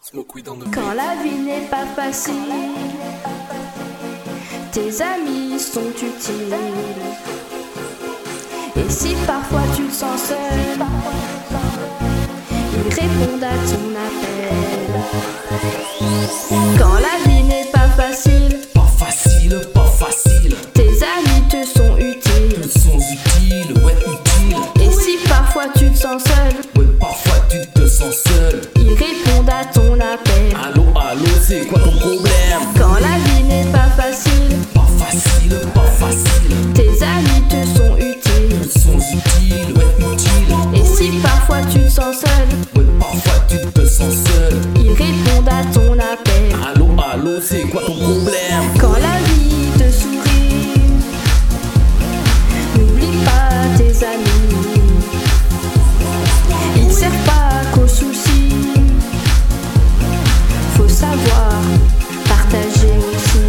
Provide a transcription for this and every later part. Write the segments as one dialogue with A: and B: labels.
A: Smoke weed on the
B: Quand la vie n'est pas facile, tes amis sont utiles. Et si parfois tu te sens seul, ils répondent à ton appel. Quand la vie n'est pas facile,
A: Pas facile, pas facile.
B: tes amis te sont utiles.
A: Ils sont utiles, ouais, utiles.
B: Et si parfois tu te sens seul,
A: Ouais, parfois tu te sens seul.
B: ils répondent à ton appel.
A: Allô, allô, c'est quoi ton problème?
B: Quand la vie n'est pas facile,
A: Pas facile, pas facile.
B: tes amis te sont utiles.
A: Ils sont utiles, ouais, utiles.
B: Et si parfois tu te sens seul,
A: Ouais, parfois tu te sens seul.
B: ils répondent à ton appel.
A: Allô, allô, c'est quoi ton problème?
B: Quand la vie te sourit, n'oublie pas tes amis. Ils ne servent pas qu'aux soucis. Faut savoir partager aussi.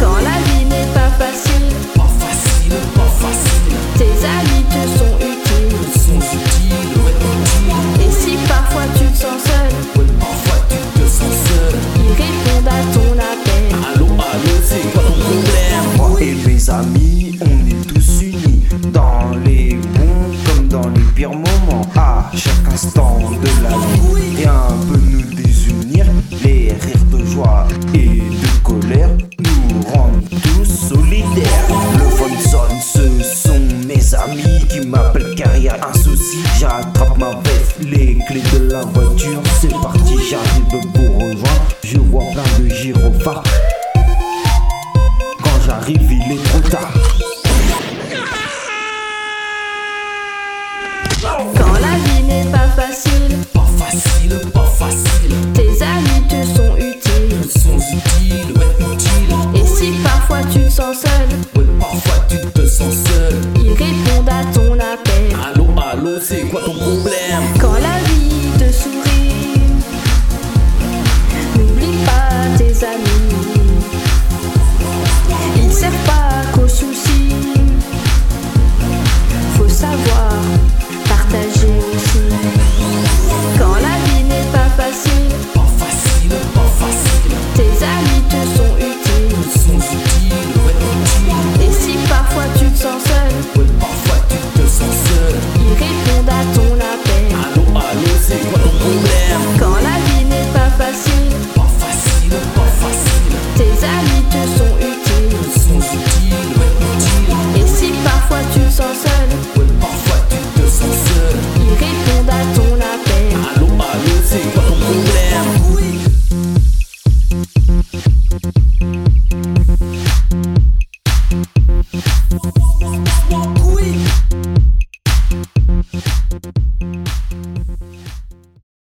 B: Quand la vie n'est pas facile,
A: Pas facile, pas facile.
B: tes amis te sont utiles.
A: Ils sont utiles, ouais,
B: Et si parfois tu te sens seul,
A: utiles. Ouais, parfois tu te sens seul.
B: ils répondent à ton appel.
A: Allô, allô, c'est quoi ton problème?
C: Moi et mes amis, on est tous unis dans les bons comme dans les pires moments. À chaque instant de la vie, rien peut nous désunir. Les rires de joie et de colère nous rendent tous solidaires. Le fun zone, ce sont mes amis qui m'appellent car y a un souci. J'attrape ma veste, les clés de la voiture. C'est parti, j'arrive pour rejoindre. Je vois plein de gyrophares. Quand j'arrive, il est trop tard.
B: Quand la vie n'est pas facile,
A: Pas facile, pas